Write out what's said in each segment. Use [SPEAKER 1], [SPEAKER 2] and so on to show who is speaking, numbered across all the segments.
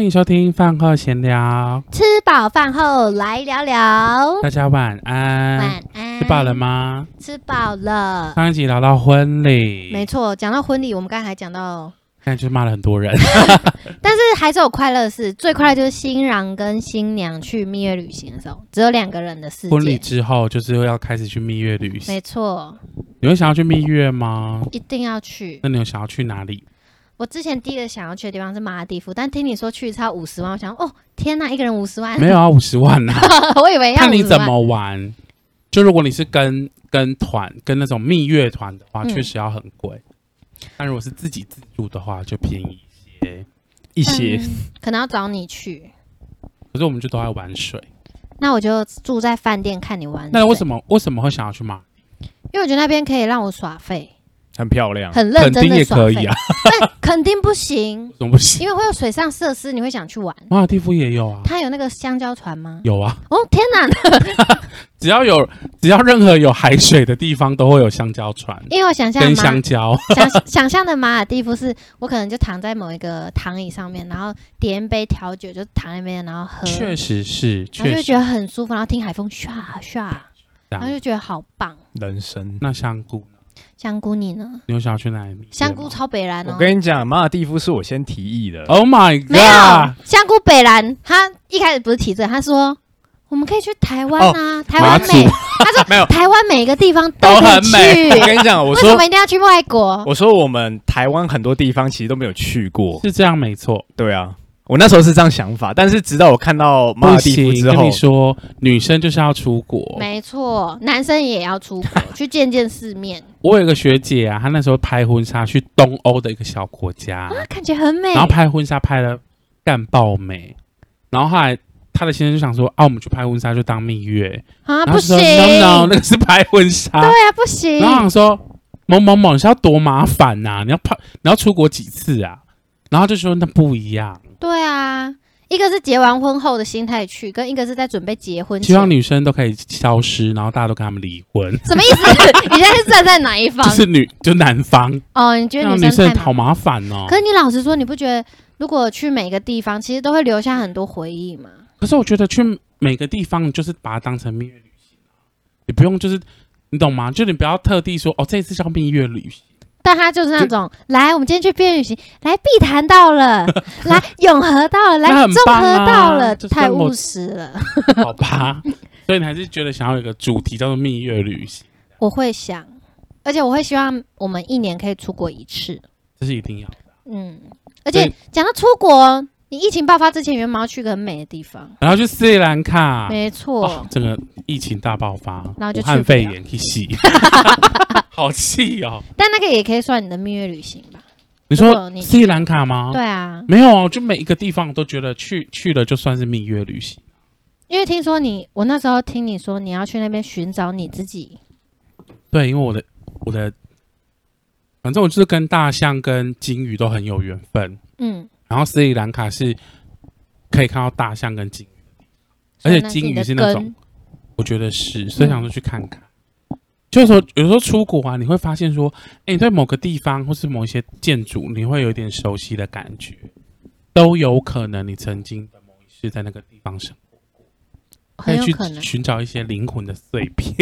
[SPEAKER 1] 迎收听饭后闲聊，
[SPEAKER 2] 吃饱饭后来聊聊。
[SPEAKER 1] 大家晚安。
[SPEAKER 2] 晚安。
[SPEAKER 1] 吃饱了？吗？
[SPEAKER 2] 吃饱了。
[SPEAKER 1] 上一集聊到婚礼，
[SPEAKER 2] 没错，讲到婚礼，我们刚才还讲到，
[SPEAKER 1] 但就是骂了很多人。
[SPEAKER 2] 但是还是有快乐的事。最快乐就是新郎跟新娘去蜜月旅行的时候，只有两个人的世
[SPEAKER 1] 婚礼
[SPEAKER 2] 界。
[SPEAKER 1] 之后就是要开始去蜜月旅行
[SPEAKER 2] 没，错，
[SPEAKER 1] 你会想要去蜜月吗？
[SPEAKER 2] 一定要去。
[SPEAKER 1] 那你有想要去哪里？
[SPEAKER 2] 我之前第一个想要去的地方是马尔地夫，但听你说去超五十万，我想哦，天哪，一个人五十万，
[SPEAKER 1] 没有啊，五十万呐、啊，
[SPEAKER 2] 我以为要
[SPEAKER 1] 看你
[SPEAKER 2] 50
[SPEAKER 1] 怎
[SPEAKER 2] 万。
[SPEAKER 1] 么玩。就如果你是跟跟团，跟那种蜜月团的话，
[SPEAKER 2] 嗯
[SPEAKER 1] 确实要很贵。但如果是自己自助的话，就便宜一些。
[SPEAKER 3] 一些。
[SPEAKER 2] 嗯可能要找你去，
[SPEAKER 1] 可是我们就都在玩水。
[SPEAKER 2] 那我就住在饭店看你玩。
[SPEAKER 1] 那为什
[SPEAKER 2] 么？
[SPEAKER 1] 么为什么会想要去马？
[SPEAKER 2] 因为我觉得那边可以让我耍废，
[SPEAKER 3] 很漂亮，
[SPEAKER 2] 很认
[SPEAKER 1] 垦
[SPEAKER 2] 真
[SPEAKER 1] 丁
[SPEAKER 2] 的
[SPEAKER 1] 也
[SPEAKER 2] 耍
[SPEAKER 1] 可
[SPEAKER 2] 废。
[SPEAKER 1] 以啊，
[SPEAKER 2] 肯定不行，
[SPEAKER 1] 怎么不行？
[SPEAKER 2] 因为会有水上设施，你会想去玩。
[SPEAKER 1] 马尔蒂夫也有啊，
[SPEAKER 2] 它有那个香蕉船吗？
[SPEAKER 1] 有啊，
[SPEAKER 2] 哦天哪！
[SPEAKER 1] 只要有只要任何有海水的地方都会有香蕉船
[SPEAKER 2] 因为我想象
[SPEAKER 1] 跟
[SPEAKER 2] 马
[SPEAKER 1] 香蕉。
[SPEAKER 2] 想想象的马尔蒂夫是，我可能就躺在某一个躺椅上面，然后点一杯调酒，就躺在那边，然后喝，
[SPEAKER 1] 确实是，确
[SPEAKER 2] 然后呃就
[SPEAKER 1] 实
[SPEAKER 2] 觉得很舒服，然后听海风唰唰，
[SPEAKER 1] 这
[SPEAKER 2] 然后
[SPEAKER 1] 样。
[SPEAKER 2] 就觉得好棒。
[SPEAKER 3] 人生。
[SPEAKER 1] 那香菇呢，
[SPEAKER 2] 香菇你呢？
[SPEAKER 1] 你有想要去哪里蜜月吗？
[SPEAKER 2] 香菇超北蓝哦
[SPEAKER 3] 我，跟你讲，马尔蒂夫是我先提议的，
[SPEAKER 1] ，Oh my
[SPEAKER 2] 没有
[SPEAKER 1] god！
[SPEAKER 2] 香菇北蓝，他一开始不是提这个，他说我们可以去台湾啊，台湾
[SPEAKER 1] 哦马祖
[SPEAKER 2] 每他 说
[SPEAKER 3] 没有
[SPEAKER 2] 台湾每一个地方都
[SPEAKER 1] 都
[SPEAKER 2] 可以
[SPEAKER 1] 很美
[SPEAKER 2] 去
[SPEAKER 3] 我，跟你讲，我
[SPEAKER 2] 为什
[SPEAKER 3] 说
[SPEAKER 2] 么一定要去外国？
[SPEAKER 3] 我说我们台湾很多地方其实都没有去过，
[SPEAKER 1] 是这样没错，
[SPEAKER 3] 对啊，我那时候是这样想法，但是直到我看到马
[SPEAKER 1] 不
[SPEAKER 3] 尔蒂夫
[SPEAKER 1] 行。
[SPEAKER 3] 之
[SPEAKER 1] 跟
[SPEAKER 3] 后
[SPEAKER 1] 你，说，女生就是要出国。
[SPEAKER 2] 没错，男生也要出 国去见见世面，
[SPEAKER 1] 我有一个学姐啊，她那时候拍婚纱去东欧的一个小国家，
[SPEAKER 2] 啊，感觉很美
[SPEAKER 1] 然。后拍婚纱拍了干爆美，然后后来她的先生就想说，啊，我们去拍婚纱就当蜜月，
[SPEAKER 2] 啊，
[SPEAKER 1] 然
[SPEAKER 2] 不
[SPEAKER 1] 后说
[SPEAKER 2] 行，对
[SPEAKER 1] no no，
[SPEAKER 2] 啊，
[SPEAKER 1] 那个是拍婚纱，
[SPEAKER 2] 不行
[SPEAKER 1] 然。后想说某某某你是要多麻烦呐、你要拍你要出国几次啊？然后就说那不一样，
[SPEAKER 2] 对啊，一个是结完婚后的心态去，跟一个是在准备结婚
[SPEAKER 1] 希望
[SPEAKER 2] 前。
[SPEAKER 1] 女生都可以消失，然后大家都跟他们离婚，
[SPEAKER 2] 什么意思？ 你现在是站在哪一方
[SPEAKER 1] 就？是女就男方，
[SPEAKER 2] 哦，你觉得
[SPEAKER 1] 让
[SPEAKER 2] 女
[SPEAKER 1] 女生
[SPEAKER 2] 太麻
[SPEAKER 1] 好麻烦哦
[SPEAKER 2] 可。是你老实说，你不觉得如果去每个地方，其实都会留下很多回忆吗？
[SPEAKER 1] 可是我觉得去每个地方，你就是把它当成蜜月旅行啊，你不用就是你懂吗？就你不要特地说哦，这一次叫蜜月旅行，
[SPEAKER 2] 但他就是那种，来，我们今天去毕业旅行，来碧潭到 了，来永和到
[SPEAKER 1] 那
[SPEAKER 2] 了，来
[SPEAKER 1] 很
[SPEAKER 2] 中
[SPEAKER 1] 棒
[SPEAKER 2] 和
[SPEAKER 1] 啊
[SPEAKER 2] 到了，
[SPEAKER 1] 就
[SPEAKER 2] 太
[SPEAKER 1] 生活
[SPEAKER 2] 务实了。
[SPEAKER 1] 好吧？所以你还是觉得想要有一个主题叫做蜜月旅行，
[SPEAKER 2] 我会想，而且我会希望我们一年可以出国一次。
[SPEAKER 1] 这是一定要的。
[SPEAKER 2] 嗯，而
[SPEAKER 1] 对
[SPEAKER 2] 且讲到出国，你疫情爆发之前，原本要去个很美的地方，
[SPEAKER 1] 然后去斯里兰卡，
[SPEAKER 2] 没错。
[SPEAKER 1] 哦，这个疫情大爆发，
[SPEAKER 2] 然后就
[SPEAKER 1] 武汉
[SPEAKER 2] 去不
[SPEAKER 1] 肺
[SPEAKER 2] 了
[SPEAKER 1] 炎一 起，好气哦！
[SPEAKER 2] 但那个也可以算你的蜜月旅行吧？
[SPEAKER 1] 你
[SPEAKER 2] 如
[SPEAKER 1] 说
[SPEAKER 2] 果你
[SPEAKER 1] 斯里兰卡吗？
[SPEAKER 2] 对啊，
[SPEAKER 1] 没有啊，就每一个地方我都觉得去去了就算是蜜月旅行。
[SPEAKER 2] 因为听说你，我那时候听你说你要去那边寻找你自己。
[SPEAKER 1] 对，因为我的我的，反正我就是跟大象跟金鱼都很有缘分。
[SPEAKER 2] 嗯，
[SPEAKER 1] 然后斯里兰卡是可以看到大象跟金鱼，而
[SPEAKER 2] 所以
[SPEAKER 1] 且
[SPEAKER 2] 那
[SPEAKER 1] 金
[SPEAKER 2] 你
[SPEAKER 1] 鱼
[SPEAKER 2] 的
[SPEAKER 1] 是那种
[SPEAKER 2] 根嗯
[SPEAKER 1] 我觉得是，所以想说去看看。就是说，有时候出国啊，你会发现说，哎，你对某个地方或是某一些建筑，你会有一点熟悉的感觉，都有可能你曾经的某一世在那个地方生活，可
[SPEAKER 2] 很
[SPEAKER 1] 以
[SPEAKER 2] 有
[SPEAKER 1] 去
[SPEAKER 2] 可能
[SPEAKER 1] 寻找一些灵魂的碎片，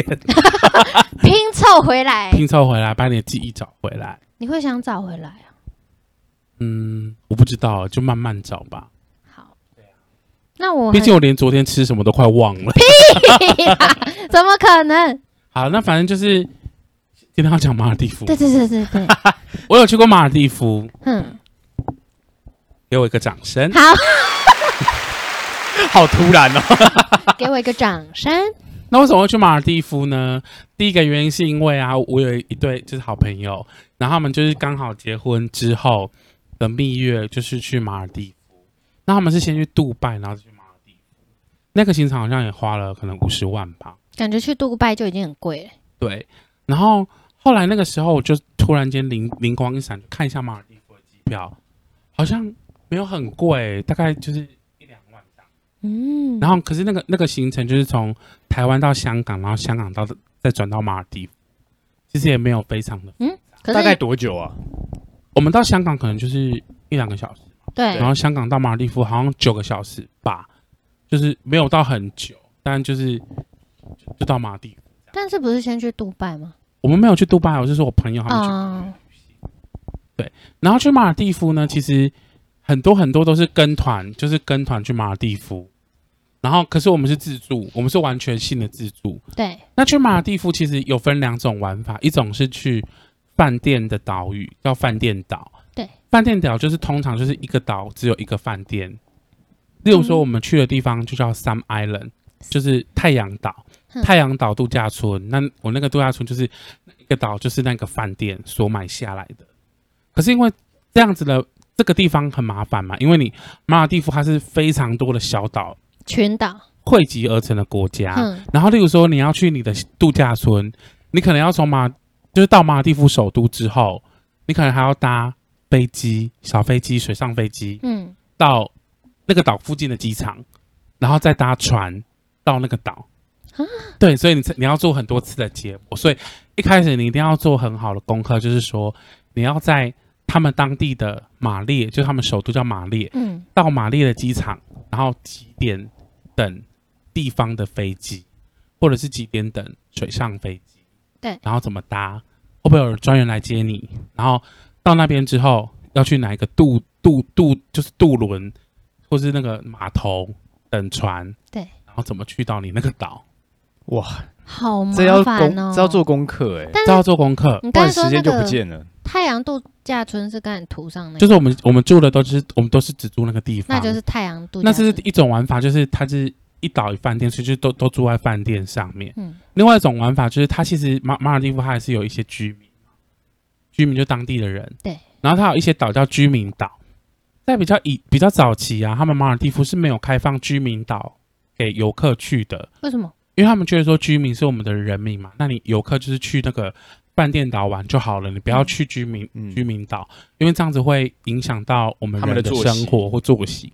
[SPEAKER 2] 拼凑回来，
[SPEAKER 1] 拼凑回来，把你的记忆找回来。
[SPEAKER 2] 你会想找回来啊？
[SPEAKER 1] 嗯，我不知道，就慢慢找吧。
[SPEAKER 2] 好，那我
[SPEAKER 1] 毕
[SPEAKER 2] 很
[SPEAKER 1] 竟我连昨天吃什么都快忘了。
[SPEAKER 2] 怎么可能？
[SPEAKER 1] 好，那反正就是今天要讲马尔蒂夫
[SPEAKER 2] 对，对对对对，
[SPEAKER 1] 我有去过马尔蒂夫，
[SPEAKER 2] 嗯，
[SPEAKER 1] 给我一个掌声。
[SPEAKER 2] 好，
[SPEAKER 3] 好突然哦，
[SPEAKER 2] 给我一个掌声。
[SPEAKER 1] 那为什么会去马尔蒂夫呢？第一个原因是因为啊，我有一对就是好朋友，然后他们就是刚好结婚之后的蜜月，就是去马尔蒂夫。那他们是先去杜拜，然后再去马尔蒂夫。那个行程好像也花了可能五十万吧。
[SPEAKER 2] 感觉去杜拜就已经很贵了。
[SPEAKER 1] 对，然后后来那个时候我就突然间灵灵光一闪，看一下马尔蒂夫的机票，好像没有很贵，大概就是一两万这样。
[SPEAKER 2] 嗯，
[SPEAKER 1] 然后可是那个那个行程就是从台湾到香港，然后香港到再转到马尔地夫，其实也没有非常的。
[SPEAKER 2] 可
[SPEAKER 3] 大概
[SPEAKER 2] 是
[SPEAKER 3] 多久啊？
[SPEAKER 1] 我们到香港可能就是一两个小时嘛，
[SPEAKER 2] 对
[SPEAKER 1] 然后香港到马尔地夫好像九个小时吧，就是没有到很久，但就是就到马尔地夫。
[SPEAKER 2] 但是不是先去杜拜吗？
[SPEAKER 1] 我们没有去杜拜，我是说我朋友他们去。
[SPEAKER 2] 啊，
[SPEAKER 1] 然后去马尔地夫呢，其实很多很多都是跟团，就是跟团去马尔地夫。然后可是我们是自助，我们是完全性的自助。
[SPEAKER 2] 对，
[SPEAKER 1] 那去马尔地夫其实有分两种玩法，一种是去饭店的岛屿，叫饭店岛。
[SPEAKER 2] 对，
[SPEAKER 1] 饭店岛就是通常就是一个岛只有一个饭店。例如说，
[SPEAKER 2] 嗯
[SPEAKER 1] 我们去的地方就叫 Sun Island，就是太阳岛
[SPEAKER 2] 哼，
[SPEAKER 1] 太阳岛度假村。那我那个度假村就是一个岛，就是那个饭店所买下来的。可是因为这样子的这个地方很麻烦嘛，因为你马尔地夫它是非常多的小岛
[SPEAKER 2] 群岛，
[SPEAKER 1] 汇集而成的国家。
[SPEAKER 2] 嗯，
[SPEAKER 1] 然后，例如说你要去你的度假村，你可能要从马，就是到马尔地夫首都之后，你可能还要搭飞机、小飞机、水上飞机
[SPEAKER 2] 嗯，
[SPEAKER 1] 到那个岛附近的机场，然后再搭船到那个岛
[SPEAKER 2] 啊。
[SPEAKER 1] 对，所以你才你要做很多次的结果，所以一开始你一定要做很好的功课，就是说你要在他们当地的马列，就是他们首都叫马列，
[SPEAKER 2] 嗯，
[SPEAKER 1] 到马列的机场，然后几点等地方的飞机，或者是几点等水上飞机？
[SPEAKER 2] 对
[SPEAKER 1] 然后怎么搭？哦会不会有专员来接你？然后到那边之后要去哪一个渡渡渡，就是渡轮，或是那个码头等船？
[SPEAKER 2] 对。
[SPEAKER 1] 然后怎么去到你那个岛？
[SPEAKER 3] 哇，
[SPEAKER 2] 好麻
[SPEAKER 3] 这要
[SPEAKER 2] 烦
[SPEAKER 3] 功
[SPEAKER 2] 哦。
[SPEAKER 3] 这要做功课哎，
[SPEAKER 1] 都要做功课。
[SPEAKER 2] 你
[SPEAKER 3] 不
[SPEAKER 2] 刚
[SPEAKER 3] 然
[SPEAKER 2] 才说
[SPEAKER 3] 时
[SPEAKER 2] 那
[SPEAKER 3] 间就
[SPEAKER 2] 个
[SPEAKER 3] 不见了。
[SPEAKER 2] 太阳度假村是刚才你图上那
[SPEAKER 1] 就
[SPEAKER 2] 个，
[SPEAKER 1] 是我们我们住的都是我们都是只住那个地方，
[SPEAKER 2] 那就是太阳度假
[SPEAKER 1] 那是
[SPEAKER 2] 村，
[SPEAKER 1] 一种玩法，就是它是一岛一饭店，所以就都都住在饭店上面。
[SPEAKER 2] 嗯，
[SPEAKER 1] 另外一种玩法就是，它其实马马尔地夫它还是有一些居民，居民就当地的人。
[SPEAKER 2] 对。
[SPEAKER 1] 然后它有一些岛叫居民岛，在比较以比较早期啊，他们马尔地夫是没有开放居民岛给游客去的，
[SPEAKER 2] 为什么？
[SPEAKER 1] 因为他们觉得说居民是我们的人民嘛，那你游客就是去那个饭店岛玩就好了，你不要去居民、
[SPEAKER 3] 嗯
[SPEAKER 1] 居民岛，因为这样子会影响到我们
[SPEAKER 3] 他们
[SPEAKER 1] 人
[SPEAKER 3] 的
[SPEAKER 1] 的
[SPEAKER 3] 作息
[SPEAKER 1] 生活或作息。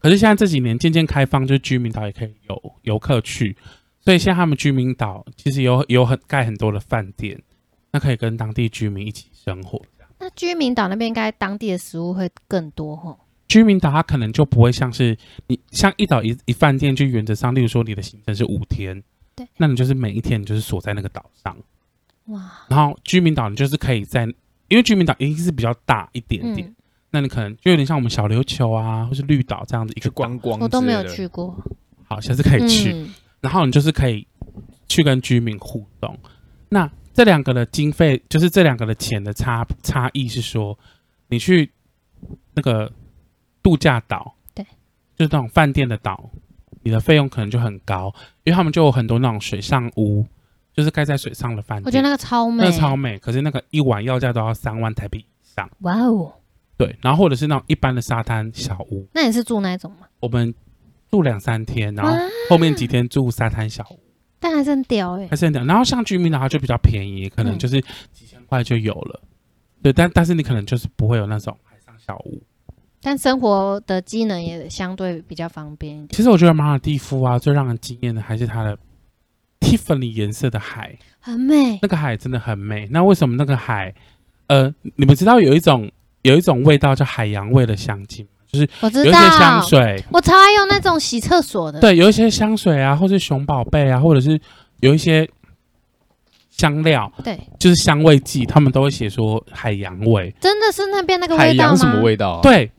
[SPEAKER 1] 可是现在这几年渐渐开放，就是居民岛也可以有游客去，所以现在他们居民岛其实有有很盖很多的饭店，那可以跟当地居民一起生活。
[SPEAKER 2] 那居民岛那边应该当地的食物会更多吼。
[SPEAKER 1] 居民岛它可能就不会像是你像一岛一一饭店，就原则上，例如说你的行程是五天，
[SPEAKER 2] 对，
[SPEAKER 1] 那你就是每一天你就是锁在那个岛上。
[SPEAKER 2] 哇，
[SPEAKER 1] 然后居民岛你就是可以在，因为居民岛一定是比较大一点点，
[SPEAKER 2] 嗯，
[SPEAKER 1] 那你可能就有点像我们小琉球啊，或是绿岛这样子一
[SPEAKER 3] 去
[SPEAKER 1] 个
[SPEAKER 3] 观光，
[SPEAKER 2] 我都没有去。过，
[SPEAKER 1] 岛。好，下次可以去。
[SPEAKER 2] 嗯
[SPEAKER 1] 然后你就是可以去跟居民互动。那这两个的经费，就是这两个的钱的差差异是说，你去那个度假岛，
[SPEAKER 2] 对，
[SPEAKER 1] 就是那种饭店的岛，你的费用可能就很高，因为他们就有很多那种水上屋，就是盖在水上的饭店。
[SPEAKER 2] 我觉得那个超美，
[SPEAKER 1] 那个超美，可是那个一碗要价都要三万台币以上。
[SPEAKER 2] 哇哦！
[SPEAKER 1] 对，然后或者是那种一般的沙滩小屋，
[SPEAKER 2] 那你是住那种吗？
[SPEAKER 1] 我们住两三天，然
[SPEAKER 2] 哇
[SPEAKER 1] 后，后面几天住沙滩小屋，
[SPEAKER 2] 但还是很屌哎、
[SPEAKER 1] 还是很屌。然后像居民岛它就比较便宜，可能
[SPEAKER 2] 嗯
[SPEAKER 1] 就是几千块就有了。对，但但是你可能就是不会有那种海上小屋。
[SPEAKER 2] 但生活的机能也相对比较方便一点
[SPEAKER 1] 其实我觉得马尔蒂夫啊，最让人惊艳的还是它的 Tiffany 颜色的海，
[SPEAKER 2] 很美
[SPEAKER 1] 那个海真的很美。那为什么那个海？呃，你们知道有一种有一种味道叫海洋味的香精吗，就是
[SPEAKER 2] 我
[SPEAKER 1] 有
[SPEAKER 2] 知
[SPEAKER 1] 一些香
[SPEAKER 2] 道，
[SPEAKER 1] 水，
[SPEAKER 2] 我超爱用那种洗厕所的，
[SPEAKER 1] 对，有一些香水啊，或是熊宝贝啊，或者是有一些香料，
[SPEAKER 2] 对，
[SPEAKER 1] 就是香味剂，他们都会写说海洋味。
[SPEAKER 2] 真的是那边那个
[SPEAKER 3] 海
[SPEAKER 2] 味道
[SPEAKER 3] 洋
[SPEAKER 2] 吗？
[SPEAKER 3] 什么味道啊？
[SPEAKER 1] 对，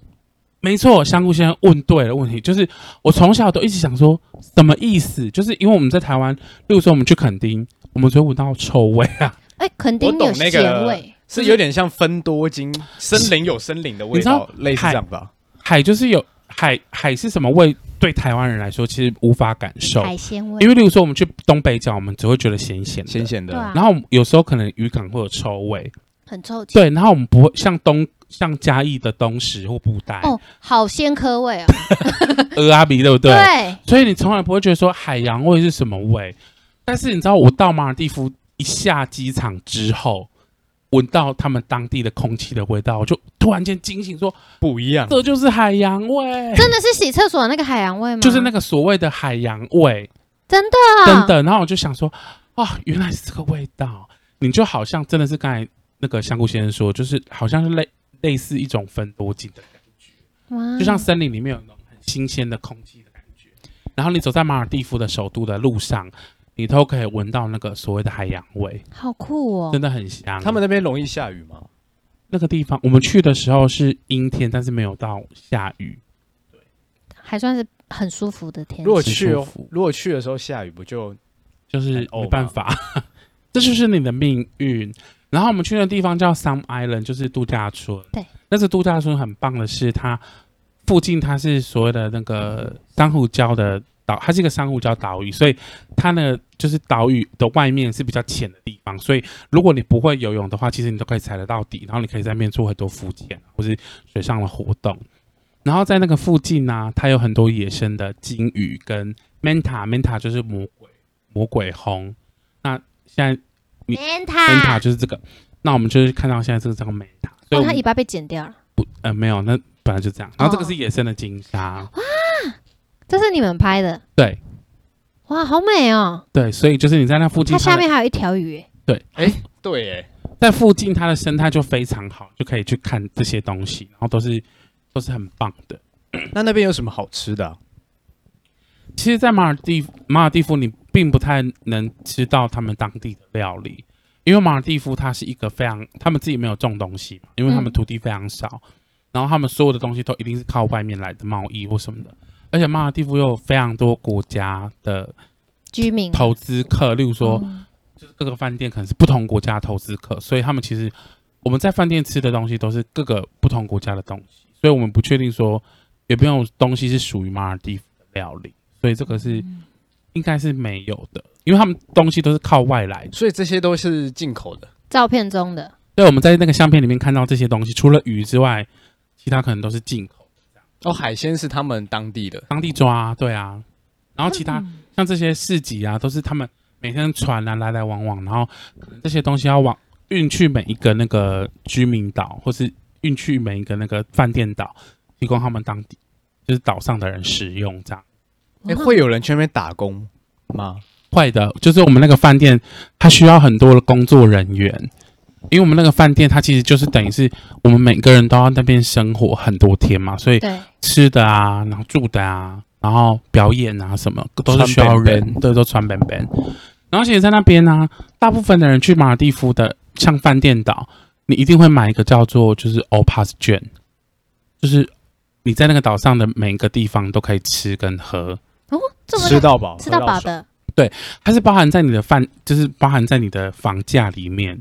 [SPEAKER 1] 没错，香菇先生问对了问题，就是我从小都一直想说什么意思，就是因为我们在台湾，例如说我们去垦丁，我们只会闻到臭味啊，
[SPEAKER 2] 哎、肯定
[SPEAKER 3] 我
[SPEAKER 2] 有
[SPEAKER 3] 懂那
[SPEAKER 2] 咸
[SPEAKER 3] 个
[SPEAKER 2] 味，
[SPEAKER 3] 是有点像芬多精，森林有森林的味道，类似这样吧？
[SPEAKER 1] 海就是有海海是什么味，对台湾人来说其实无法感受，
[SPEAKER 2] 海鲜味，
[SPEAKER 1] 因为例如说我们去东北角，我们只会觉得咸咸的，
[SPEAKER 3] 咸咸
[SPEAKER 2] 对
[SPEAKER 3] 的，
[SPEAKER 2] 啊，
[SPEAKER 1] 然后有时候可能渔港会有臭味。
[SPEAKER 2] 很臭气。
[SPEAKER 1] 对，然后我们不会像东像嘉义的东石或布袋、
[SPEAKER 2] 哦，好鲜科味啊！
[SPEAKER 1] 鹅阿鼻，对不对？
[SPEAKER 2] 对，
[SPEAKER 1] 所以你从来不会觉得说海洋味是什么味。但是你知道，我到马尔蒂夫一下机场之后，闻到他们当地的空气的味道，我就突然间惊醒说，
[SPEAKER 3] 不一样。
[SPEAKER 1] 这就是海洋味，
[SPEAKER 2] 真的是洗厕所的那个海洋味吗？
[SPEAKER 1] 就是那个所谓的海洋味，
[SPEAKER 2] 真的
[SPEAKER 1] 等等。然后我就想说，啊，原来是这个味道。你就好像真的是刚才那个香菇先生说，就是好像是类类似一种芬多精的
[SPEAKER 2] 哇
[SPEAKER 1] 就像森林里面有那种很新鲜的空气的感觉。然后你走在马尔蒂夫的首都的路上，你都可以闻到那个所谓的海洋味，
[SPEAKER 2] 好酷哦
[SPEAKER 1] 真，的很香。
[SPEAKER 3] 他们那边容易下雨吗？
[SPEAKER 1] 那个地方，我们去的时候是阴天，但是没有到下雨。
[SPEAKER 2] 还算是很舒服的天
[SPEAKER 3] 如果
[SPEAKER 2] 气。
[SPEAKER 1] 是
[SPEAKER 3] 去
[SPEAKER 1] 舒
[SPEAKER 3] 哦
[SPEAKER 1] 服
[SPEAKER 3] 如果去的时候下雨，不就
[SPEAKER 1] 就是
[SPEAKER 3] 很欧
[SPEAKER 1] 没办法， 这就是你的命运。然后我们去的地方叫 Sun Island，就是度假村。
[SPEAKER 2] 对，
[SPEAKER 1] 那是度假村很棒的是，它附近它是所谓的那个珊瑚礁的岛，它是一个珊瑚礁岛屿，所以它呢就是岛屿的外面是比较浅的地方，所以如果你不会游泳的话，其实你都可以踩得到底，然后你可以在那边做很多浮潜或是水上的活动。然后在那个附近呢、它有很多野生的鲸鱼跟 manta，manta 就是魔鬼魔鬼红。那现在
[SPEAKER 2] 啊
[SPEAKER 1] manta 就是这个，那我们就是看到现在这个这个 manta，所以
[SPEAKER 2] 哦，
[SPEAKER 1] 我
[SPEAKER 2] 它哦
[SPEAKER 1] 们
[SPEAKER 2] 尾巴被剪掉了，
[SPEAKER 1] 不呃没有，那本来就这样。然后这个是野生的金鲨，
[SPEAKER 2] 哦这是你们拍的，
[SPEAKER 1] 对
[SPEAKER 2] 哇，好美哦！
[SPEAKER 1] 对，所以就是你在那附近
[SPEAKER 2] 它
[SPEAKER 1] 它
[SPEAKER 2] 下
[SPEAKER 1] 的，
[SPEAKER 2] 面还有一条鱼耶，
[SPEAKER 3] 对？哎，
[SPEAKER 1] 在附近它的生态就非常好，就可以去看这些东西，然后都是都是很棒的。
[SPEAKER 3] 那那边有什么好吃的啊？
[SPEAKER 1] 其实，在马尔蒂马尔蒂夫，你并不太能吃到他们当地的料理，因为马尔蒂夫它是一个非常，他们自己没有种东西嘛，因为他们
[SPEAKER 2] 嗯
[SPEAKER 1] 土地非常少，然后他们所有的东西都一定是靠外面来的贸易或什么的。而且马尔蒂夫又有非常多国家的
[SPEAKER 2] 居民
[SPEAKER 1] 投资客，例如说，
[SPEAKER 2] 嗯
[SPEAKER 1] 就是各个饭店可能是不同国家的投资客，所以他们其实我们在饭店吃的东西都是各个不同国家的东西，所以我们不确定说有没有东西是属于马尔蒂夫的料理，所以这个是应该是没有的，因为他们东西都是靠外来的。
[SPEAKER 3] 所以这些都是进口的。
[SPEAKER 2] 照片中的
[SPEAKER 1] 对，我们在那个相片里面看到这些东西，除了鱼之外，其他可能都是进口，
[SPEAKER 3] 哦，海鲜是他们当地的，
[SPEAKER 1] 当地抓、对啊，然后其他
[SPEAKER 2] 嗯
[SPEAKER 1] 像这些市集啊，都是他们每天船啊来来往往，然后可能这些东西要往运去每一个那个居民岛，或是运去每一个那个饭店岛，提供他们当地就是岛上的人使用。这样
[SPEAKER 3] 哎，
[SPEAKER 2] 哇
[SPEAKER 3] 会有人去那边打工吗？
[SPEAKER 1] 会的，就是我们那个饭店，它需要很多的工作人员，因为我们那个饭店它其实就是等于是我们每个人都要那边生活很多天嘛，所以
[SPEAKER 2] 对，
[SPEAKER 1] 吃的啊，然后住的啊，然后表演啊什么，都是需要
[SPEAKER 3] 穿 band
[SPEAKER 1] 人，对，都穿本本。然后其实，在那边呢、大部分的人去马尔蒂夫的，像饭店岛，你一定会买一个叫做就是 all pass 券，就是你在那个岛上的每一个地方都可以吃跟喝，
[SPEAKER 2] 哦，这么
[SPEAKER 3] 吃到饱，
[SPEAKER 2] 吃到
[SPEAKER 3] 喝
[SPEAKER 2] 饱
[SPEAKER 3] 爽。
[SPEAKER 2] 的，
[SPEAKER 1] 它是包含在你的饭，就是包含在你的房价里面。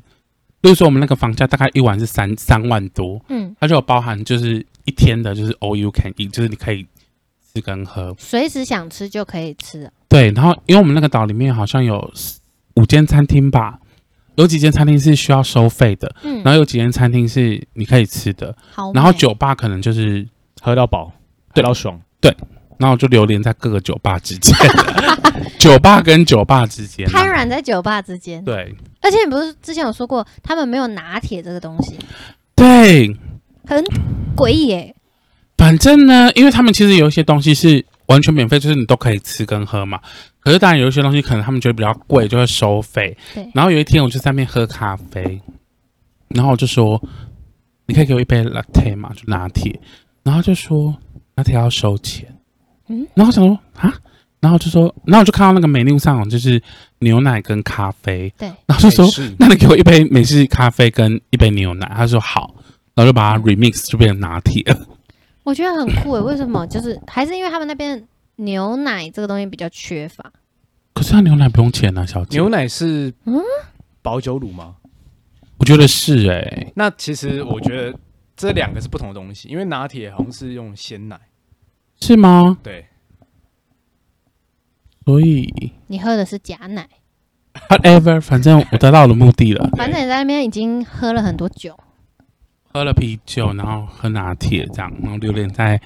[SPEAKER 1] 比如说，我们那个房价大概一晚是三三万多，
[SPEAKER 2] 嗯，
[SPEAKER 1] 它就有包含就是一天的，就是 all you can eat，就是你可以吃跟喝。
[SPEAKER 2] 随时想吃就可以吃哦，
[SPEAKER 1] 对，然后因为我们那个岛里面好像有五间餐厅吧，有几间餐厅是需要收费的，
[SPEAKER 2] 嗯
[SPEAKER 1] 然，后有几间餐厅是你可以吃的，
[SPEAKER 2] 好美，
[SPEAKER 1] 然后酒吧可能就是，
[SPEAKER 3] 喝到饱，喝
[SPEAKER 1] 对
[SPEAKER 3] 到爽。
[SPEAKER 1] 然后就流连在各个酒吧之间，酒吧跟酒吧之间啊、
[SPEAKER 2] 瘫软在酒吧之间，
[SPEAKER 1] 对
[SPEAKER 2] 而且你不是之前有说过他们没有拿铁这个东西，
[SPEAKER 1] 对，
[SPEAKER 2] 很诡异耶，
[SPEAKER 1] 反正呢，因为他们其实有一些东西是完全免费，就是你都可以吃跟喝嘛。可是当然有一些东西可能他们觉得比较贵，就会收费。
[SPEAKER 2] 对，
[SPEAKER 1] 然后有一天我就在那边喝咖啡，然后我就说：“你可以给我一杯 latte 嘛，就拿铁。”然后他就说拿铁要收钱，
[SPEAKER 2] 嗯，
[SPEAKER 1] 然后我想说啊，然后就说，然后我就看到那个 menu 上有就是牛奶跟咖啡，
[SPEAKER 2] 对，
[SPEAKER 1] 然后就说
[SPEAKER 3] 美式
[SPEAKER 1] 那你给我一杯美式咖啡跟一杯牛奶，他说好，然后就把它 remix 就变成拿铁了。
[SPEAKER 2] 我觉得很酷诶，为什么？就是还是因为他们那边牛奶这个东西比较缺乏，
[SPEAKER 1] 可是他牛奶不用钱啊，小姐，
[SPEAKER 3] 牛奶是
[SPEAKER 2] 嗯
[SPEAKER 3] 保酒乳吗？
[SPEAKER 1] 我觉得是哎、
[SPEAKER 3] 那其实我觉得这两个是不同的东西，因为拿铁好像是用鲜奶，
[SPEAKER 1] 是吗？
[SPEAKER 3] 对，
[SPEAKER 1] 所以
[SPEAKER 2] 你喝的是假奶，
[SPEAKER 1] whatever，反正我达到我的目的了，
[SPEAKER 2] 反正你在那边已经喝了很多酒，
[SPEAKER 1] 喝了啤酒，然后喝拿铁这样，然后流连在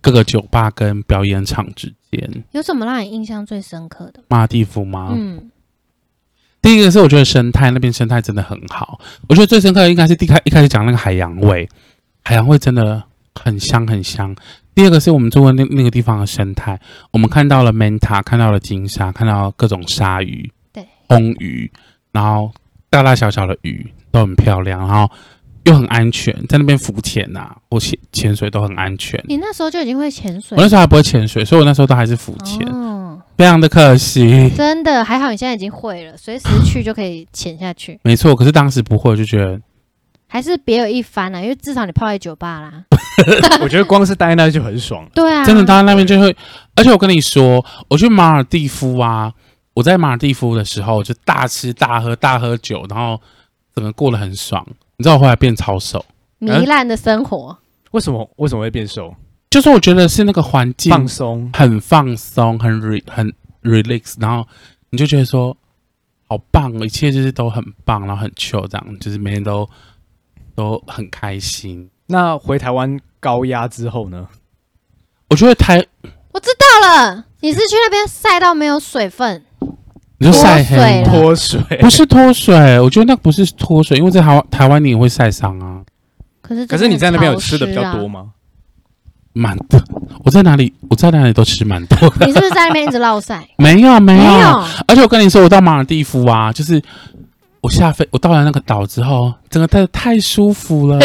[SPEAKER 1] 各个酒吧跟表演场之间。
[SPEAKER 2] 有什么让你印象最深刻的？
[SPEAKER 1] 马尔蒂夫吗？
[SPEAKER 2] 嗯，
[SPEAKER 1] 第一个是我觉得生态那边生态真的很好，我觉得最深刻的应该是第一开一开始讲那个海洋味，海洋味真的很香很香。第二个是我们住的那那个地方的生态，我们看到了 manta，看到了金鲨，看到各种鲨鱼，
[SPEAKER 2] 对，
[SPEAKER 1] 红鱼，然后大大小小的鱼都很漂亮，然后又很安全，在那边浮潜呐、或潜潜水都很安全。
[SPEAKER 2] 你那时候就已经会潜水
[SPEAKER 1] 我那时候还不会潜水，所以我那时候都还是浮潜，
[SPEAKER 2] 哦，
[SPEAKER 1] 非常的可惜。
[SPEAKER 2] 真的还好，你现在已经会了，随时去就可以潜下去，
[SPEAKER 1] 没错，可是当时不会，我就觉得
[SPEAKER 2] 还是别有一番啦、啊因为至少你泡在酒吧啦。
[SPEAKER 3] 我觉得光是待在那就很爽。
[SPEAKER 2] 对啊，
[SPEAKER 1] 真的，到那边就会。而且我跟你说，我去马尔蒂夫啊，我在马尔蒂夫的时候就大吃大喝大喝酒，然后整个过得很爽。你知道我后来变超瘦，
[SPEAKER 2] 糜烂的生活，
[SPEAKER 3] 为什么为什么会变瘦？
[SPEAKER 1] 就是我觉得是那个环境
[SPEAKER 3] 放松，
[SPEAKER 1] 很放松，很 re 很 relax，然后你就觉得说好棒，一切就是都很棒，然后很 chill，这样就是每天都都很开心。
[SPEAKER 3] 那回台湾高压之后呢？
[SPEAKER 1] 我觉得台
[SPEAKER 2] 我知道了，你是去那边晒到没有水分，
[SPEAKER 1] 你就晒黑
[SPEAKER 2] 脱水
[SPEAKER 1] 吗
[SPEAKER 2] 了
[SPEAKER 3] 脱水，
[SPEAKER 1] 不是脱水，我觉得那不是脱水，因为在台湾台湾你也会晒伤啊，
[SPEAKER 2] 可是、
[SPEAKER 3] 可是你在那边有吃的比
[SPEAKER 2] 啊
[SPEAKER 3] 较多？吗？
[SPEAKER 1] 蛮多。我在哪里，我在哪里都吃蛮多 的。
[SPEAKER 2] 你是不是在那边一直落晒？
[SPEAKER 1] 没有
[SPEAKER 3] 哎
[SPEAKER 1] 没有，
[SPEAKER 2] 没有，
[SPEAKER 1] 而且我跟你说，我到马尔地夫啊，就是我下飞，我到了那个岛之后，整个太太舒服 了，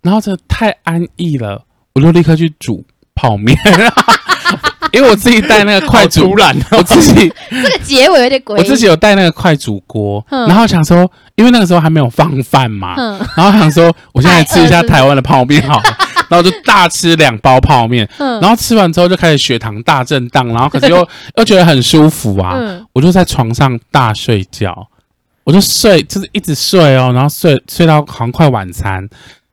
[SPEAKER 1] 然后真的太安逸了，我就立刻去煮泡面， 因为我自己带那个快
[SPEAKER 3] 好
[SPEAKER 1] 煮
[SPEAKER 3] 突，然
[SPEAKER 1] 我
[SPEAKER 3] 哦，
[SPEAKER 1] 自己
[SPEAKER 2] 这个结尾有点诡异。
[SPEAKER 1] 我自己有带那个快煮锅，
[SPEAKER 2] 嗯
[SPEAKER 1] 然后想说，因为那个时候还没有放饭嘛，
[SPEAKER 2] 嗯，
[SPEAKER 1] 然后想说，我现在吃一
[SPEAKER 2] 太饿
[SPEAKER 1] 下
[SPEAKER 2] 是不是
[SPEAKER 1] 台湾的泡面好了，然后就大吃两包泡面，
[SPEAKER 2] 嗯
[SPEAKER 1] 然后吃完之后就开始血糖大震荡，然后可是又又觉得很舒服啊，
[SPEAKER 2] 嗯，
[SPEAKER 1] 我就在床上大睡觉，我就睡就是一直睡哦，然后睡睡到好像快晚餐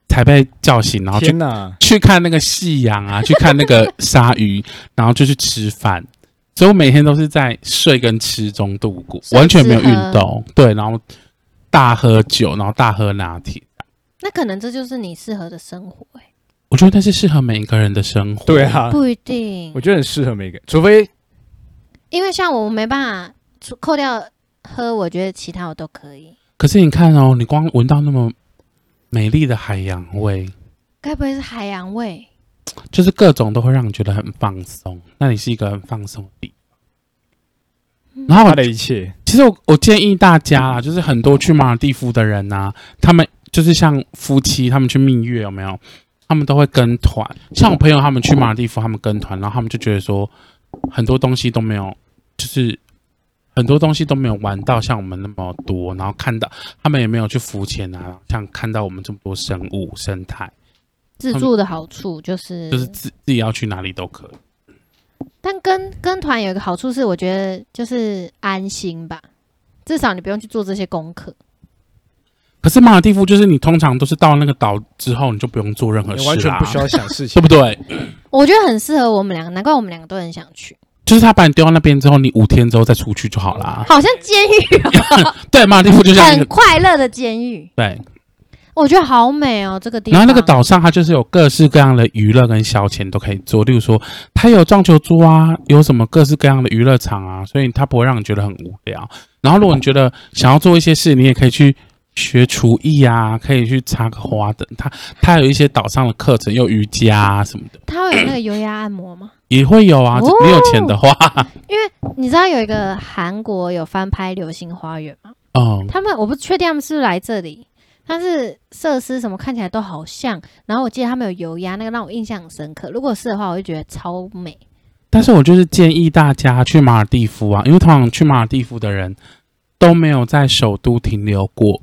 [SPEAKER 1] 才被叫醒，然后去
[SPEAKER 3] 天哪！
[SPEAKER 1] 去看那个夕阳啊，去看那个鲨鱼，然后就去吃饭。所以我每天都是在睡跟吃中度过，
[SPEAKER 2] 所以
[SPEAKER 1] 完全没有
[SPEAKER 2] 只喝
[SPEAKER 1] 运动，对，然后大喝酒，然后大喝拿铁。
[SPEAKER 2] 那可能这就是你适合的生活、欸，
[SPEAKER 1] 我觉得那是适合每一个人的生活。
[SPEAKER 3] 对，啊，
[SPEAKER 2] 不一定
[SPEAKER 3] 我，觉得很适合每个人，除非
[SPEAKER 2] 因为像我没办法除扣掉喝，我觉得其他我都可以。
[SPEAKER 1] 可是你看哦，你光闻到那么美丽的海洋味，
[SPEAKER 2] 该不会是海洋味？
[SPEAKER 1] 就是各种都会让你觉得很放松。那你是一个很放松的地方。然后
[SPEAKER 3] 他
[SPEAKER 1] 我
[SPEAKER 3] 的一切
[SPEAKER 1] 其实我我建议大家啊，就是很多去马尔蒂夫的人呐、他们就是像夫妻，他们去蜜月有没有？他们都会跟团。像我朋友他们去马尔蒂夫，他们跟团，然后他们就觉得说很多东西都没有，就是很多东西都没有玩到像我们那么多，然后看到他们也没有去浮潜啊，像看到我们这么多生物生态，
[SPEAKER 2] 自助的好处就是，
[SPEAKER 1] 就是自自己要去哪里都可以。
[SPEAKER 2] 但跟跟团有一个好处是，我觉得就是安心吧，至少你不用去做这些功课。
[SPEAKER 1] 可是马尔蒂夫就是你通常都是到那个岛之后，你就不用做任何事
[SPEAKER 3] 你
[SPEAKER 1] 啦，
[SPEAKER 3] 完全啊 不需要想事
[SPEAKER 1] 对
[SPEAKER 3] 情，
[SPEAKER 1] 不对？
[SPEAKER 2] 我觉得很适合我们两个，难怪我们两个都很想去，
[SPEAKER 1] 就是他把你丢到那边之后，你五天之后再出去就好啦。
[SPEAKER 2] 好像监狱哦、
[SPEAKER 1] 对，马尔蒂夫就像一
[SPEAKER 2] 很
[SPEAKER 1] 个
[SPEAKER 2] 快乐的监狱，
[SPEAKER 1] 对，
[SPEAKER 2] 我觉得好美哦、这个地方。
[SPEAKER 1] 然后那个岛上它就是有各式各样的娱乐跟消遣都可以做，例如说它有撞球桌啊，有什么各式各样的娱乐场啊，所以它不会让你觉得很无聊。然后如果你觉得想要做一些事，你也可以去学厨艺啊，可以去插个花的。它它有一些岛上的课程，有瑜伽啊什么的，
[SPEAKER 2] 它会有那个油压按摩吗？
[SPEAKER 1] 也会有啊。
[SPEAKER 2] 哦
[SPEAKER 1] 你有钱的话，
[SPEAKER 2] 你知道有一个韩国有翻拍《流星花园》吗？
[SPEAKER 1] 嗯，
[SPEAKER 2] 他们我不确定他们是不是来这里，但是设施什么看起来都好像。然后我记得他们有油压，那个让我印象很深刻。如果是的话，我就觉得超美。
[SPEAKER 1] 但是我就是建议大家去马尔蒂夫啊，因为通常去马尔蒂夫的人都没有在首都停留过，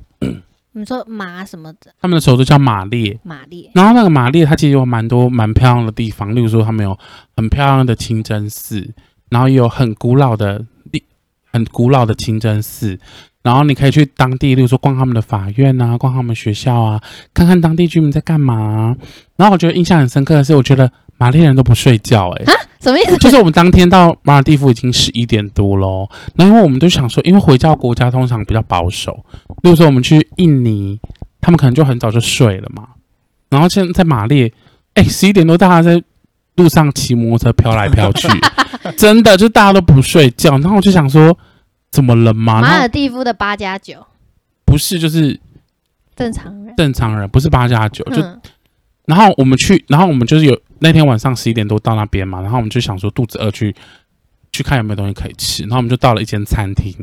[SPEAKER 2] 你说马什么的
[SPEAKER 1] 他们的首都叫马列。
[SPEAKER 2] 马列，
[SPEAKER 1] 然后那个马列，它其实有蛮多蛮漂亮的地方，例如说他们有很漂亮的清真寺，然后也有很古老的历很古老的清真寺，然后你可以去当地，例如说逛他们的法院啊，逛他们学校啊，看看当地居民在干嘛啊、然后我觉得印象很深刻的是，我觉得马列人都不睡觉、欸，
[SPEAKER 2] 啊什么意 思？
[SPEAKER 1] 就是我们当天到马尔蒂夫已经十一点多喽，那因为我们就想说，因为回教国家通常比较保守，例如说我们去印尼，他们可能就很早就睡了嘛。然后现在在马列，哎、1十一点多大家在路上骑摩托车飘来飘 去，真的就大家都不睡觉。然后我就想说，怎么了嘛？
[SPEAKER 2] 马
[SPEAKER 1] 然
[SPEAKER 2] 尔
[SPEAKER 1] 后
[SPEAKER 2] 蒂夫的八加九，
[SPEAKER 1] 不是就是
[SPEAKER 2] 正常人。
[SPEAKER 1] 正常人，不是八加九，就
[SPEAKER 2] 嗯，
[SPEAKER 1] 然后我们去，然后我们就是有那天晚上十一点多到那边嘛，然后我们就想说肚子饿去去看有没有东西可以吃，然后我们就到了一间餐厅，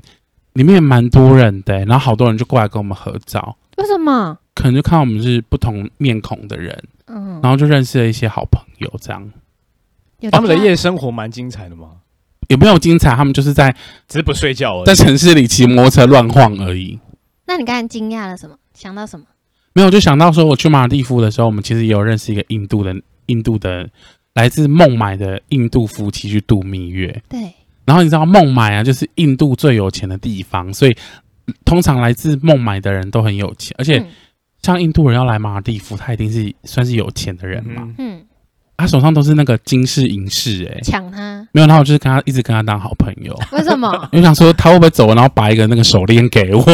[SPEAKER 1] 里面蛮多人的、然后好多人就过来跟我们合照，
[SPEAKER 2] 为什么？
[SPEAKER 1] 可能就看我们是不同面孔的人，
[SPEAKER 2] 嗯，
[SPEAKER 1] 然后就认识了一些好朋友，这样
[SPEAKER 2] 有
[SPEAKER 3] 他们的
[SPEAKER 2] 差
[SPEAKER 3] 夜生活蛮精彩的嘛，
[SPEAKER 1] 也没有精彩，他们就是在
[SPEAKER 3] 只是不睡觉而已。
[SPEAKER 1] 在城市里骑摩托车乱晃而已。
[SPEAKER 2] 那你刚才惊讶了什么？想到什么？
[SPEAKER 1] 没有，就想到说我去马尔地夫的时候，我们其实也有认识一个印度的印度的来自孟买的印度夫妻去度蜜月。
[SPEAKER 2] 对，
[SPEAKER 1] 然后你知道孟买啊，就是印度最有钱的地方，所以嗯通常来自孟买的人都很有钱，而且
[SPEAKER 2] 嗯
[SPEAKER 1] 像印度人要来马尔地夫，他一定是算是有钱的人嘛，
[SPEAKER 3] 嗯
[SPEAKER 2] 嗯，
[SPEAKER 1] 他手上都是那个金饰银饰，哎，
[SPEAKER 2] 抢他，
[SPEAKER 1] 没有，然后我就是跟他一直跟他当好朋友，
[SPEAKER 2] 为什么
[SPEAKER 1] 我就想说他会不会走了，然后把一个那个手链给 我，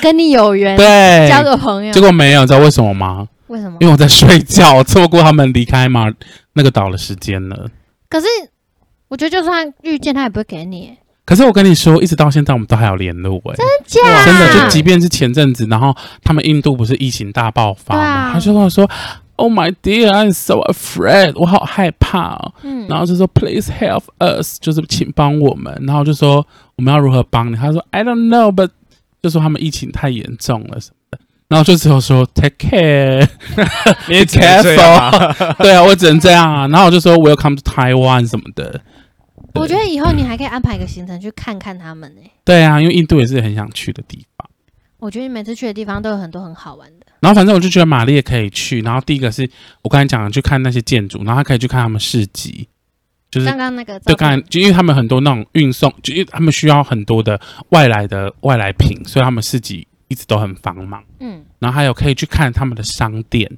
[SPEAKER 2] 跟你有缘？
[SPEAKER 1] 对，
[SPEAKER 2] 哎交个朋友嗯
[SPEAKER 1] 结，果没有，你知道为什么吗？
[SPEAKER 2] 为什么
[SPEAKER 1] 因？为我在睡觉，我错过他们离开马那个岛的时间了。
[SPEAKER 2] 可是我觉得就算遇见他也不会给你，
[SPEAKER 1] 可是我跟你说，一直到现在我们都还有联络哎、
[SPEAKER 2] 真
[SPEAKER 3] 哇
[SPEAKER 1] 真的，
[SPEAKER 3] 啊
[SPEAKER 1] 就即便是前阵子，然后他们印度不是疫情大爆发嘛，
[SPEAKER 2] 对啊
[SPEAKER 1] 他就跟我说，Oh my dear, I'm so afraid，我好害怕哦。
[SPEAKER 2] 嗯，
[SPEAKER 1] 然后就说 Please help us，就是请帮我们。然后就说我们要如何帮你？他说 I don't know, but 就说他们疫情太严重了什么的。然后就只有说 Take care， be
[SPEAKER 3] 你也只能这样啊
[SPEAKER 1] 对啊，我只能这样啊。然后我就说 Welcome to Taiwan 什么的。
[SPEAKER 2] 我觉得以后你还可以安排一个行程去看看他们呢、
[SPEAKER 1] 对啊，因为印度也是很想去的地方。
[SPEAKER 2] 我觉得你每次去的地方都有很多很好玩的，
[SPEAKER 1] 然后反正我就觉得玛丽也可以去。然后第一个是我刚才讲的，去看那些建筑，然后她可以去看他们市集，就是
[SPEAKER 2] 刚刚那个
[SPEAKER 1] 就
[SPEAKER 2] 照
[SPEAKER 1] 看
[SPEAKER 2] 片，，
[SPEAKER 1] 就因为他们很多那种运送，就因为他们需要很多的外来的外来品，所以他们市集一直都很繁忙。
[SPEAKER 2] 嗯，
[SPEAKER 1] 然后还有可以去看他们的商店，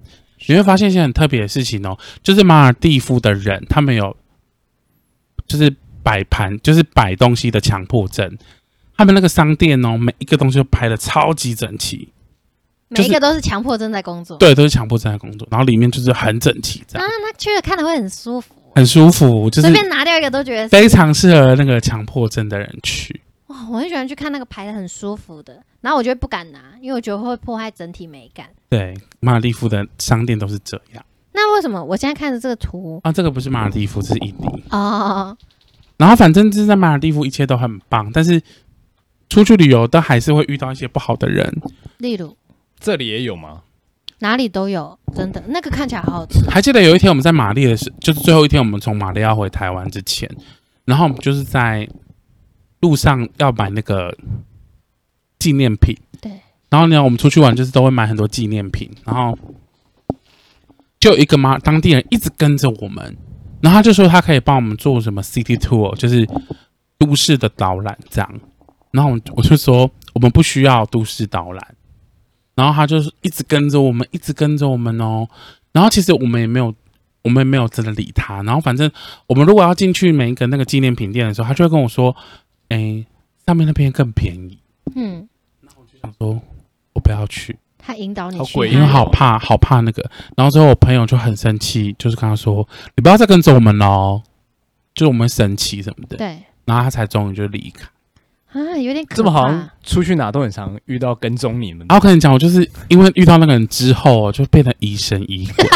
[SPEAKER 1] 你会发现一些很特别的事情哦，就是马尔蒂夫的人，他们有就是摆盘，就是摆东西的强迫症。他们那个商店哦，每一个东西都排的超级整齐，就是
[SPEAKER 2] 每一个都是强迫症在工作，
[SPEAKER 1] 对，都是强迫症的工作。然后里面就是很整齐，这样
[SPEAKER 2] 啊，那去了看了会很舒服，
[SPEAKER 1] 很舒服，就是
[SPEAKER 2] 嗯随便拿掉一个都觉得
[SPEAKER 1] 非常适合那个强迫症的人去。
[SPEAKER 2] 哇，我很喜欢去看那个排的很舒服的，然后我就不敢拿，因为我觉得会破坏整体美感。
[SPEAKER 1] 对，马尔蒂夫的商店都是这样
[SPEAKER 2] 那为什么我现在看着这个图
[SPEAKER 1] 啊。这个不是马尔蒂夫，是印尼。
[SPEAKER 2] 哦，
[SPEAKER 1] 嗯然后反正就是在马尔蒂夫一切都很棒，但是出去旅游都还是会遇到一些不好的人。
[SPEAKER 2] 例如
[SPEAKER 3] 这里也有吗？
[SPEAKER 2] 哪里都有，真的那个看起来好好吃，
[SPEAKER 1] 还记得有一天我们在马列的时，就是最后一天我们从马列要回台湾之前，然后我们就是在路上要买那个纪念品。
[SPEAKER 2] 对。
[SPEAKER 1] 然后呢，我们出去玩就是都会买很多纪念品，然后就有一个马当地人一直跟着我们，然后他就说他可以帮我们做什么 city tour，就是都市的导览这样。然后我我就说我们不需要都市导览，然后他就是一直跟着我们，一直跟着我们哦。然后其实我们也没有，我们也没有真的理他。然后反正我们如果要进去每一个那个纪念品店的时候，他就会跟我说：“哎，上面那边更便宜。
[SPEAKER 2] 嗯，”
[SPEAKER 1] 我想说，我不要去，
[SPEAKER 2] 他引导你
[SPEAKER 3] 好
[SPEAKER 2] 去
[SPEAKER 3] 诡
[SPEAKER 2] 哪
[SPEAKER 3] 异
[SPEAKER 2] 里，
[SPEAKER 1] 因为好怕，好怕那个。然后之后我朋友就很生气，就是跟他说：“你不要再跟着我们喽，就是我们生气什么的。
[SPEAKER 2] 对”
[SPEAKER 1] 然后他才终于就离开。
[SPEAKER 2] 啊，有点可怕
[SPEAKER 3] 这么好像出去哪都很常遇到跟踪你们
[SPEAKER 1] 啊然后我跟你讲，我就是因为遇到那个人之后，就变得疑神疑鬼。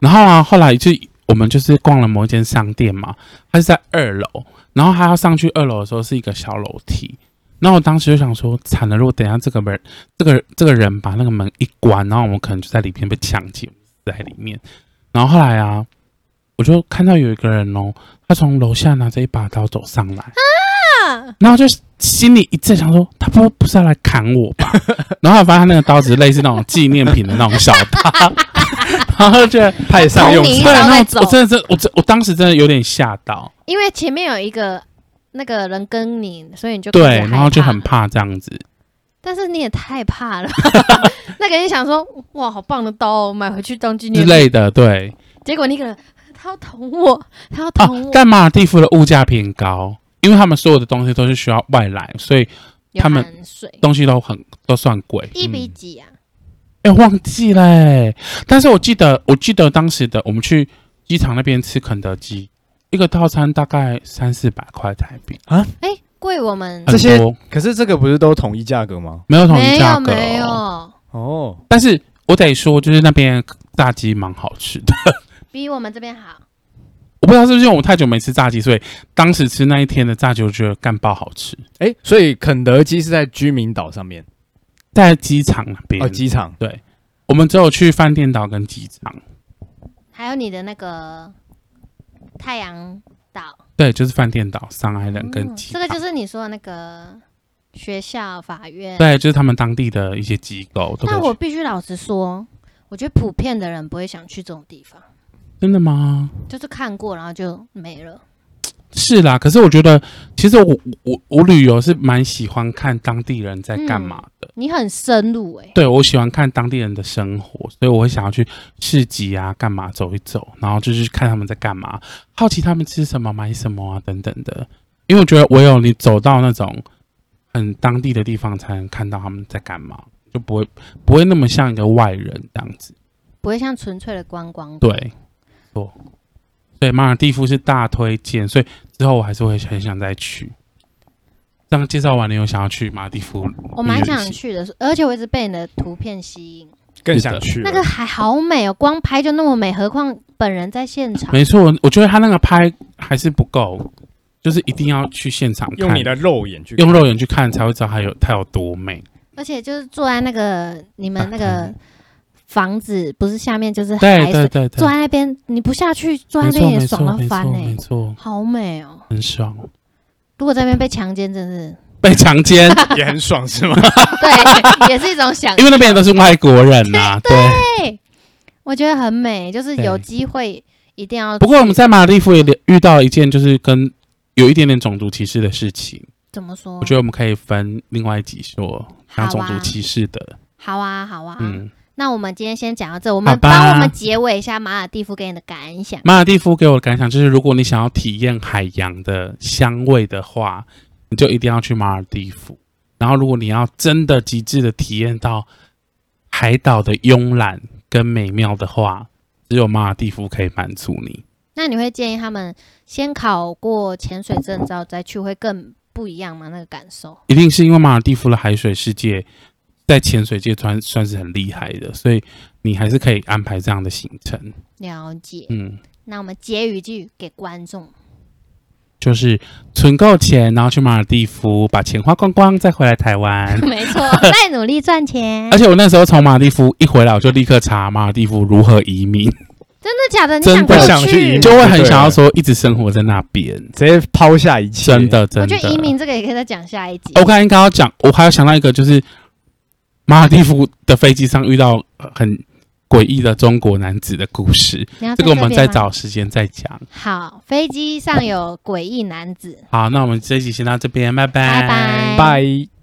[SPEAKER 1] 然后啊，后来就我们就是逛了某一间商店嘛，它是在二楼，然后他要上去二楼的时候是一个小楼梯。然后我当时就想说，惨了，如果等一下这个门，这个这个人把那个门一关，然后我们可能就在里面被抢劫，死在里面。然后后来啊，我就看到有一个人哦，他从楼下拿着一把刀走上来，
[SPEAKER 2] 啊，
[SPEAKER 1] 然后就心里一阵想说，他不不是要来砍我 吧？然后我发现他那个刀子类似那种纪念品的那种小刀，然后就觉得
[SPEAKER 3] 派上用
[SPEAKER 2] 同你一
[SPEAKER 1] 对，
[SPEAKER 3] 场，
[SPEAKER 2] 刀
[SPEAKER 1] 然
[SPEAKER 2] 在
[SPEAKER 1] 后
[SPEAKER 2] 走
[SPEAKER 1] 我真的真的我真我当时真的有点吓到，
[SPEAKER 2] 因为前面有一个那个人跟你，所以你就开
[SPEAKER 1] 对
[SPEAKER 2] 始，害
[SPEAKER 1] 然后就
[SPEAKER 2] 怕
[SPEAKER 1] 很，怕这样子，
[SPEAKER 2] 但是你也太怕了， 那个人想说哇，好棒的刀哦，买回去当纪
[SPEAKER 1] 之
[SPEAKER 2] 念品，
[SPEAKER 1] 类的，对
[SPEAKER 2] 结果那个人他要捅我，他要
[SPEAKER 1] 啊
[SPEAKER 2] 捅我，。
[SPEAKER 1] 但马尔蒂夫的物价偏高，因为他们所有的东西都是需要外来，所以
[SPEAKER 2] 有
[SPEAKER 1] 他们
[SPEAKER 2] 含水
[SPEAKER 1] 东西都很都算贵。
[SPEAKER 2] 一比几啊？
[SPEAKER 1] 哎、忘记嘞、但是我记得，我记得当时的我们去机场那边吃肯德基，一个套餐大概三四百块台币，
[SPEAKER 2] 哎、贵我们
[SPEAKER 1] 很
[SPEAKER 3] 这些
[SPEAKER 1] 多
[SPEAKER 3] 可是这个不是都统一价格吗？
[SPEAKER 1] 没有统
[SPEAKER 2] 没
[SPEAKER 1] 一价
[SPEAKER 2] 有
[SPEAKER 1] 格、哦
[SPEAKER 2] 没。有，
[SPEAKER 3] 哦，
[SPEAKER 1] 但是我得说，就是那边炸鸡蛮好吃的。
[SPEAKER 2] 比我们这边好。
[SPEAKER 1] 我不知道是不是因为我太久没吃炸鸡，所以当时吃那一天的炸鸡，我觉得干爆好吃。
[SPEAKER 3] 哎，所以肯德基是在居民岛上面
[SPEAKER 1] 在机场那边，
[SPEAKER 3] 哦，机场
[SPEAKER 1] 对，我们只有去饭店岛跟机场，
[SPEAKER 2] 还有你的那个太阳岛，
[SPEAKER 1] 对，就是饭店岛、上海人跟
[SPEAKER 2] 嗯
[SPEAKER 1] 机
[SPEAKER 2] 这
[SPEAKER 1] 场，
[SPEAKER 2] 个就是你说的那个学校、法院。
[SPEAKER 1] 对，就是他们当地的一些机构都可
[SPEAKER 2] 但
[SPEAKER 1] 以
[SPEAKER 2] 我
[SPEAKER 1] 去
[SPEAKER 2] 必须老实说，我觉得普遍的人不会想去这种地方，
[SPEAKER 1] 真的吗？
[SPEAKER 2] 就是看过然后就没了。
[SPEAKER 1] 是啦，可是我觉得，其实我我我旅游是蛮喜欢看当地人在
[SPEAKER 2] 嗯
[SPEAKER 1] 干嘛的，
[SPEAKER 2] 你很深入哎、
[SPEAKER 1] 对我喜欢看当地人的生活，所以我会想要去市集啊，干嘛走一走，然后就是看他们在干嘛，好奇他们吃什么、买什么啊等等的。因为我觉得唯有你走到那种很当地的地方，才能看到他们在干嘛，就不会不会那么像一个外人这样子。
[SPEAKER 2] 不会像纯粹的观光。
[SPEAKER 1] 对，错。对，马尔蒂夫是大推荐，所以之后我还是会很想再去。这样介绍完，你有想要去马尔蒂夫？
[SPEAKER 2] 我蛮想。去的，而且我一直被你的图片吸引，
[SPEAKER 3] 更想去
[SPEAKER 2] 那个
[SPEAKER 3] 了。
[SPEAKER 2] 还好美哦，光拍就那么美，何况本人在现场。
[SPEAKER 1] 没错，我觉得他那个拍还是不够，就是一定要去现场看，
[SPEAKER 3] 用你的肉眼去看，
[SPEAKER 1] 用肉眼去看才会知道它有它有多美。
[SPEAKER 2] 而且就是坐在那个你们那
[SPEAKER 1] 啊
[SPEAKER 2] 个房子，不是下面就是海
[SPEAKER 1] 对
[SPEAKER 2] 水，
[SPEAKER 1] 对对对
[SPEAKER 2] 坐，在那边你不下去，坐
[SPEAKER 1] 没
[SPEAKER 2] 在那
[SPEAKER 1] 错
[SPEAKER 2] 边
[SPEAKER 1] 没
[SPEAKER 2] 也爽
[SPEAKER 1] 错
[SPEAKER 2] 到
[SPEAKER 1] 没
[SPEAKER 2] 翻
[SPEAKER 1] 错
[SPEAKER 2] 哎、
[SPEAKER 1] 没错，
[SPEAKER 2] 好美哦！
[SPEAKER 1] 很爽。
[SPEAKER 2] 如果在那边被强奸，真是
[SPEAKER 1] 被强 奸，
[SPEAKER 3] 也很爽是吗？
[SPEAKER 2] 对， 也是一种享
[SPEAKER 1] 因为那边都是外国人呐、对。
[SPEAKER 2] 对，我觉得很美，就是
[SPEAKER 1] 对
[SPEAKER 2] 有机会一定要去。
[SPEAKER 1] 不过我们在马尔蒂夫也遇到一件就是跟有一点点种族歧视的事情。
[SPEAKER 2] 怎么说？
[SPEAKER 1] 我觉得我们可以分另外一集说
[SPEAKER 2] 啊
[SPEAKER 1] 讲种族歧视的，
[SPEAKER 2] 好啊，好啊。
[SPEAKER 1] 嗯，
[SPEAKER 2] 那我们今天先讲到这，我
[SPEAKER 1] 好
[SPEAKER 2] 们
[SPEAKER 1] 吧
[SPEAKER 2] 帮我们结尾一下马尔蒂夫给你的感想。
[SPEAKER 1] 马尔蒂夫给我的感想就是，如果你想要体验海洋的香味的话，你就一定要去马尔蒂夫。然后，如果你要真的极致的体验到海岛的慵懒跟美妙的话，只有马尔蒂夫可以满足你。
[SPEAKER 2] 那你会建议他们先考过潜水证照再去，会更不一样吗？那个感受？
[SPEAKER 1] 一定是因为马尔蒂夫的海水世界在潜水界算算是很厉害的，所以你还是可以安排这样的行程。
[SPEAKER 2] 了解。
[SPEAKER 1] 嗯。
[SPEAKER 2] 那我们结语句给观众，。
[SPEAKER 1] 就是存够钱，然后去马尔蒂夫把钱花光光，再回来台湾
[SPEAKER 2] 没错，再努力 赚钱
[SPEAKER 1] 而。且我那时候从马尔蒂夫一回来，我就立刻查马尔蒂夫如何移民，
[SPEAKER 2] 真的假的？你
[SPEAKER 1] 真
[SPEAKER 2] 想
[SPEAKER 1] 的
[SPEAKER 2] 过
[SPEAKER 3] 想去移
[SPEAKER 2] 去
[SPEAKER 3] 民？
[SPEAKER 1] 就会很想要说一直生活在那边。
[SPEAKER 3] 直接抛下一切，
[SPEAKER 1] 真的，真
[SPEAKER 2] 啊我
[SPEAKER 1] 的。哦
[SPEAKER 2] 觉得移民这个也可以再讲下一集。
[SPEAKER 1] 我刚才应该要讲，我还有想到一个，就是马尔蒂夫的飞机上遇到呃很诡异的中国男子的故事，
[SPEAKER 2] 你要啊
[SPEAKER 1] 这
[SPEAKER 2] 在
[SPEAKER 1] 个我
[SPEAKER 2] 边
[SPEAKER 1] 们再
[SPEAKER 2] 吗。
[SPEAKER 1] 找时间再讲。
[SPEAKER 2] 好，飞机上有诡异男子。
[SPEAKER 1] 好，那我们这一集先到这边，拜
[SPEAKER 3] 哎
[SPEAKER 2] 拜拜
[SPEAKER 3] 拜。